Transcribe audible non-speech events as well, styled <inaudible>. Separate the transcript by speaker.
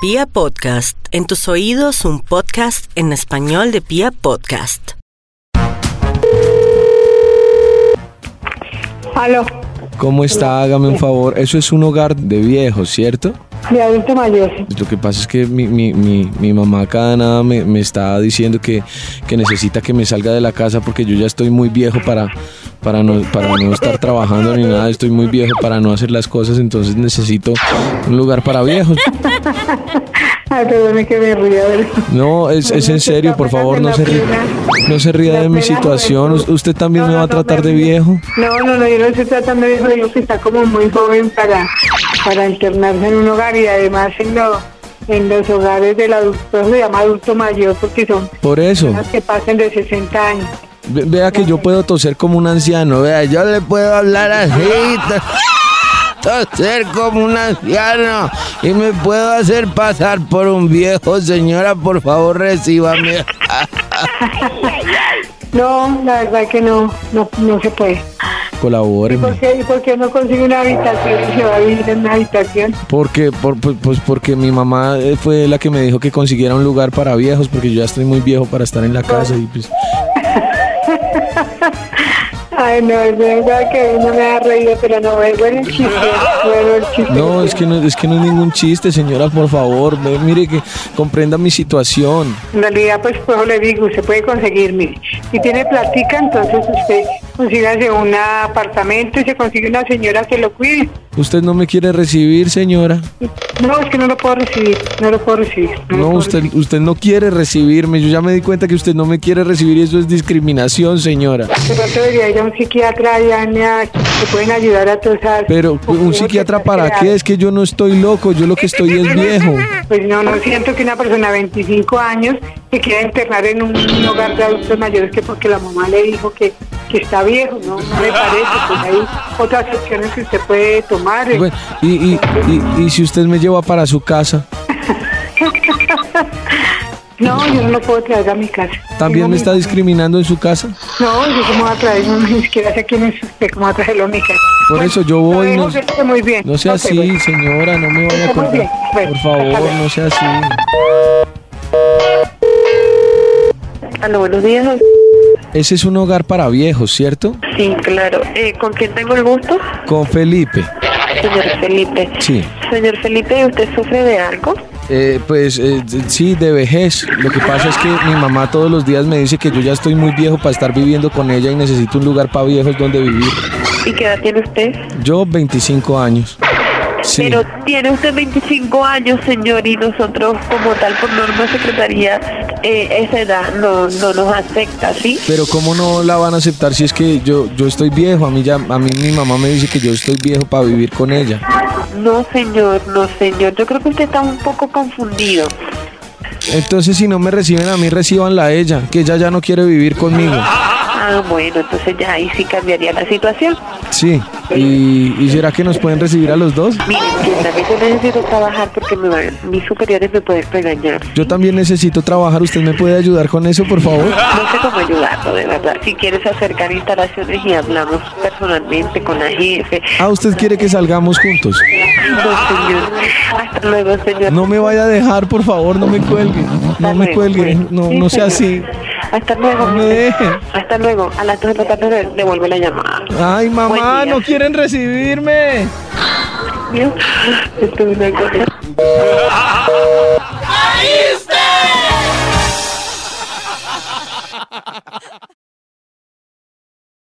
Speaker 1: Pia Podcast, en tus oídos un podcast en español de Pia Podcast.
Speaker 2: Aló,
Speaker 3: ¿Cómo está? Hágame un favor. Eso es un hogar de viejos, ¿cierto?
Speaker 2: de adulto mayor.
Speaker 3: Lo que pasa es que mi, mi- mi- mi mamá cada nada me, me está diciendo que, que necesita que me salga de la casa porque yo ya estoy muy viejo para, para, no, para no estar trabajando ni nada. Estoy muy viejo para no hacer las cosas, entonces necesito un lugar para viejos.
Speaker 2: Ay, perdone que me ría de
Speaker 3: No, es, es en serio, por favor, no se, ri- no se ría de mi situación.
Speaker 2: pues.
Speaker 3: U- ¿Usted también me va a tratar de viejo?
Speaker 2: No, no, no, yo no estoy tratando de viejo, digo que está como muy joven para, para internarse en un hogar y además en, lo- en los hogares del adulto, se llama adulto mayor porque son
Speaker 3: Por eso.
Speaker 2: personas que pasen de 60 años.
Speaker 3: Ve- Vea que yo puedo toser como un anciano, vea, yo le puedo hablar así, to- toser como un anciano y me puedo hacer pasar por un viejo, señora, por favor, recíbame.
Speaker 2: No, la verdad que no, no, no se puede. ¿Por
Speaker 3: Colabóreme.
Speaker 2: qué, ¿Y por qué no consigue una habitación y se va a vivir en una habitación?
Speaker 3: Porque, por- pues, pues porque mi mamá eh, fue la que me dijo que consiguiera un lugar para viejos, porque yo ya estoy muy viejo para estar en la casa y pues...
Speaker 2: Ay, no, es verdad que no me ha reído, pero no, es bueno el chiste, bueno el chiste.
Speaker 3: No, es que no, es que no es ningún chiste, señora, por favor, ve, mire que comprenda mi situación.
Speaker 2: En realidad, pues, pues le digo, se puede conseguir, mire. Si tiene platica, entonces usted consígase un apartamento y se consigue una señora que lo cuide.
Speaker 3: ¿Usted no me quiere recibir, señora?
Speaker 2: No, es que no lo puedo recibir, no lo puedo recibir. lo
Speaker 3: No,
Speaker 2: puedo
Speaker 3: usted, usted no quiere recibirme. Yo ya me di cuenta que usted no me quiere recibir y eso es discriminación, señora.
Speaker 2: recibir. De pronto debería ir a un psiquiatra y a una- que pueden ayudar a todas esas...
Speaker 3: Pero un
Speaker 2: opciones
Speaker 3: psiquiatra
Speaker 2: que
Speaker 3: para
Speaker 2: están
Speaker 3: qué? Es que yo no estoy loco, yo lo que estoy es viejo.
Speaker 2: Pues no, no siento que una persona de 25 años se quiera internar en un hogar de adultos mayores que porque la mamá le dijo que, que está viejo, ¿no? No le parece, pues hay otras opciones que usted puede tomar. eh.
Speaker 3: Bueno, y, y- y- y si usted me lleva para su casa,
Speaker 2: No, yo no lo puedo traer a mi casa.
Speaker 3: ¿también
Speaker 2: Tengo
Speaker 3: me
Speaker 2: mi-
Speaker 3: está discriminando en su casa?
Speaker 2: No, yo cómo va a traer, <laughs> no, ni siquiera sé quién es usted, cómo va a traerlo a mi casa.
Speaker 3: Por eso yo voy,
Speaker 2: lo dejo,
Speaker 3: no-
Speaker 2: que esté muy bien.
Speaker 3: No sea
Speaker 2: Ok, bueno.
Speaker 3: así, señora, no me vaya a
Speaker 2: Muy bien,
Speaker 3: colgar.
Speaker 2: bueno,
Speaker 3: Por favor,
Speaker 2: hasta
Speaker 3: no sea así.
Speaker 4: Aló, buenos días.
Speaker 3: Ese es un hogar para viejos, ¿cierto?
Speaker 4: Sí, claro. Eh, ¿Con quién tengo el gusto?
Speaker 3: Con Felipe.
Speaker 4: Señor Felipe.
Speaker 3: Sí.
Speaker 4: Señor Felipe, ¿usted sufre de algo?
Speaker 3: Eh, pues eh, sí, de vejez. Lo que pasa es que mi mamá todos los días me dice que yo ya estoy muy viejo para estar viviendo con ella y necesito un lugar para viejos donde vivir.
Speaker 4: ¿Y qué edad tiene usted?
Speaker 3: Yo 25 años. Sí.
Speaker 4: Pero tiene usted 25 años, señor, y nosotros como tal por norma secretaría eh, esa edad no, no nos afecta, ¿sí?
Speaker 3: Pero cómo no la van a aceptar si es que yo yo estoy viejo. A mí ya a mí mi mamá me dice que yo estoy viejo para vivir con ella.
Speaker 4: No, señor, no, señor. Yo creo que usted está un poco confundido.
Speaker 3: Entonces si no me reciben a mí recibanla a ella, que ella ya no quiere vivir conmigo.
Speaker 4: Ah, bueno, entonces ya ahí sí cambiaría la situación.
Speaker 3: Sí. ¿Y, y será que nos pueden recibir a los dos?
Speaker 4: Miren, que también yo necesito trabajar porque me van- mis superiores me pueden regañar.
Speaker 3: Yo también necesito trabajar. ¿Usted me puede ayudar con eso, por favor?
Speaker 4: No sé cómo ayudarlo, de verdad. Si quieres acercar instalaciones y hablamos personalmente con la jefe.
Speaker 3: Ah, usted quiere que salgamos juntos.
Speaker 4: No, señor. Hasta luego, señor.
Speaker 3: No me vaya a dejar, por favor, no me cuelgue. No
Speaker 4: Hasta
Speaker 3: me
Speaker 4: luego,
Speaker 3: cuelgue,
Speaker 4: bueno.
Speaker 3: no,
Speaker 4: Sí,
Speaker 3: no sea así.
Speaker 4: señor. Hasta luego.
Speaker 3: No me
Speaker 4: jefe.
Speaker 3: deje.
Speaker 4: Hasta luego. A las 2 de la tarde devuelve la llamada.
Speaker 3: Ay, mamá,
Speaker 4: Buen día.
Speaker 3: no quieren recibirme.
Speaker 4: Dios, esto es una cosa.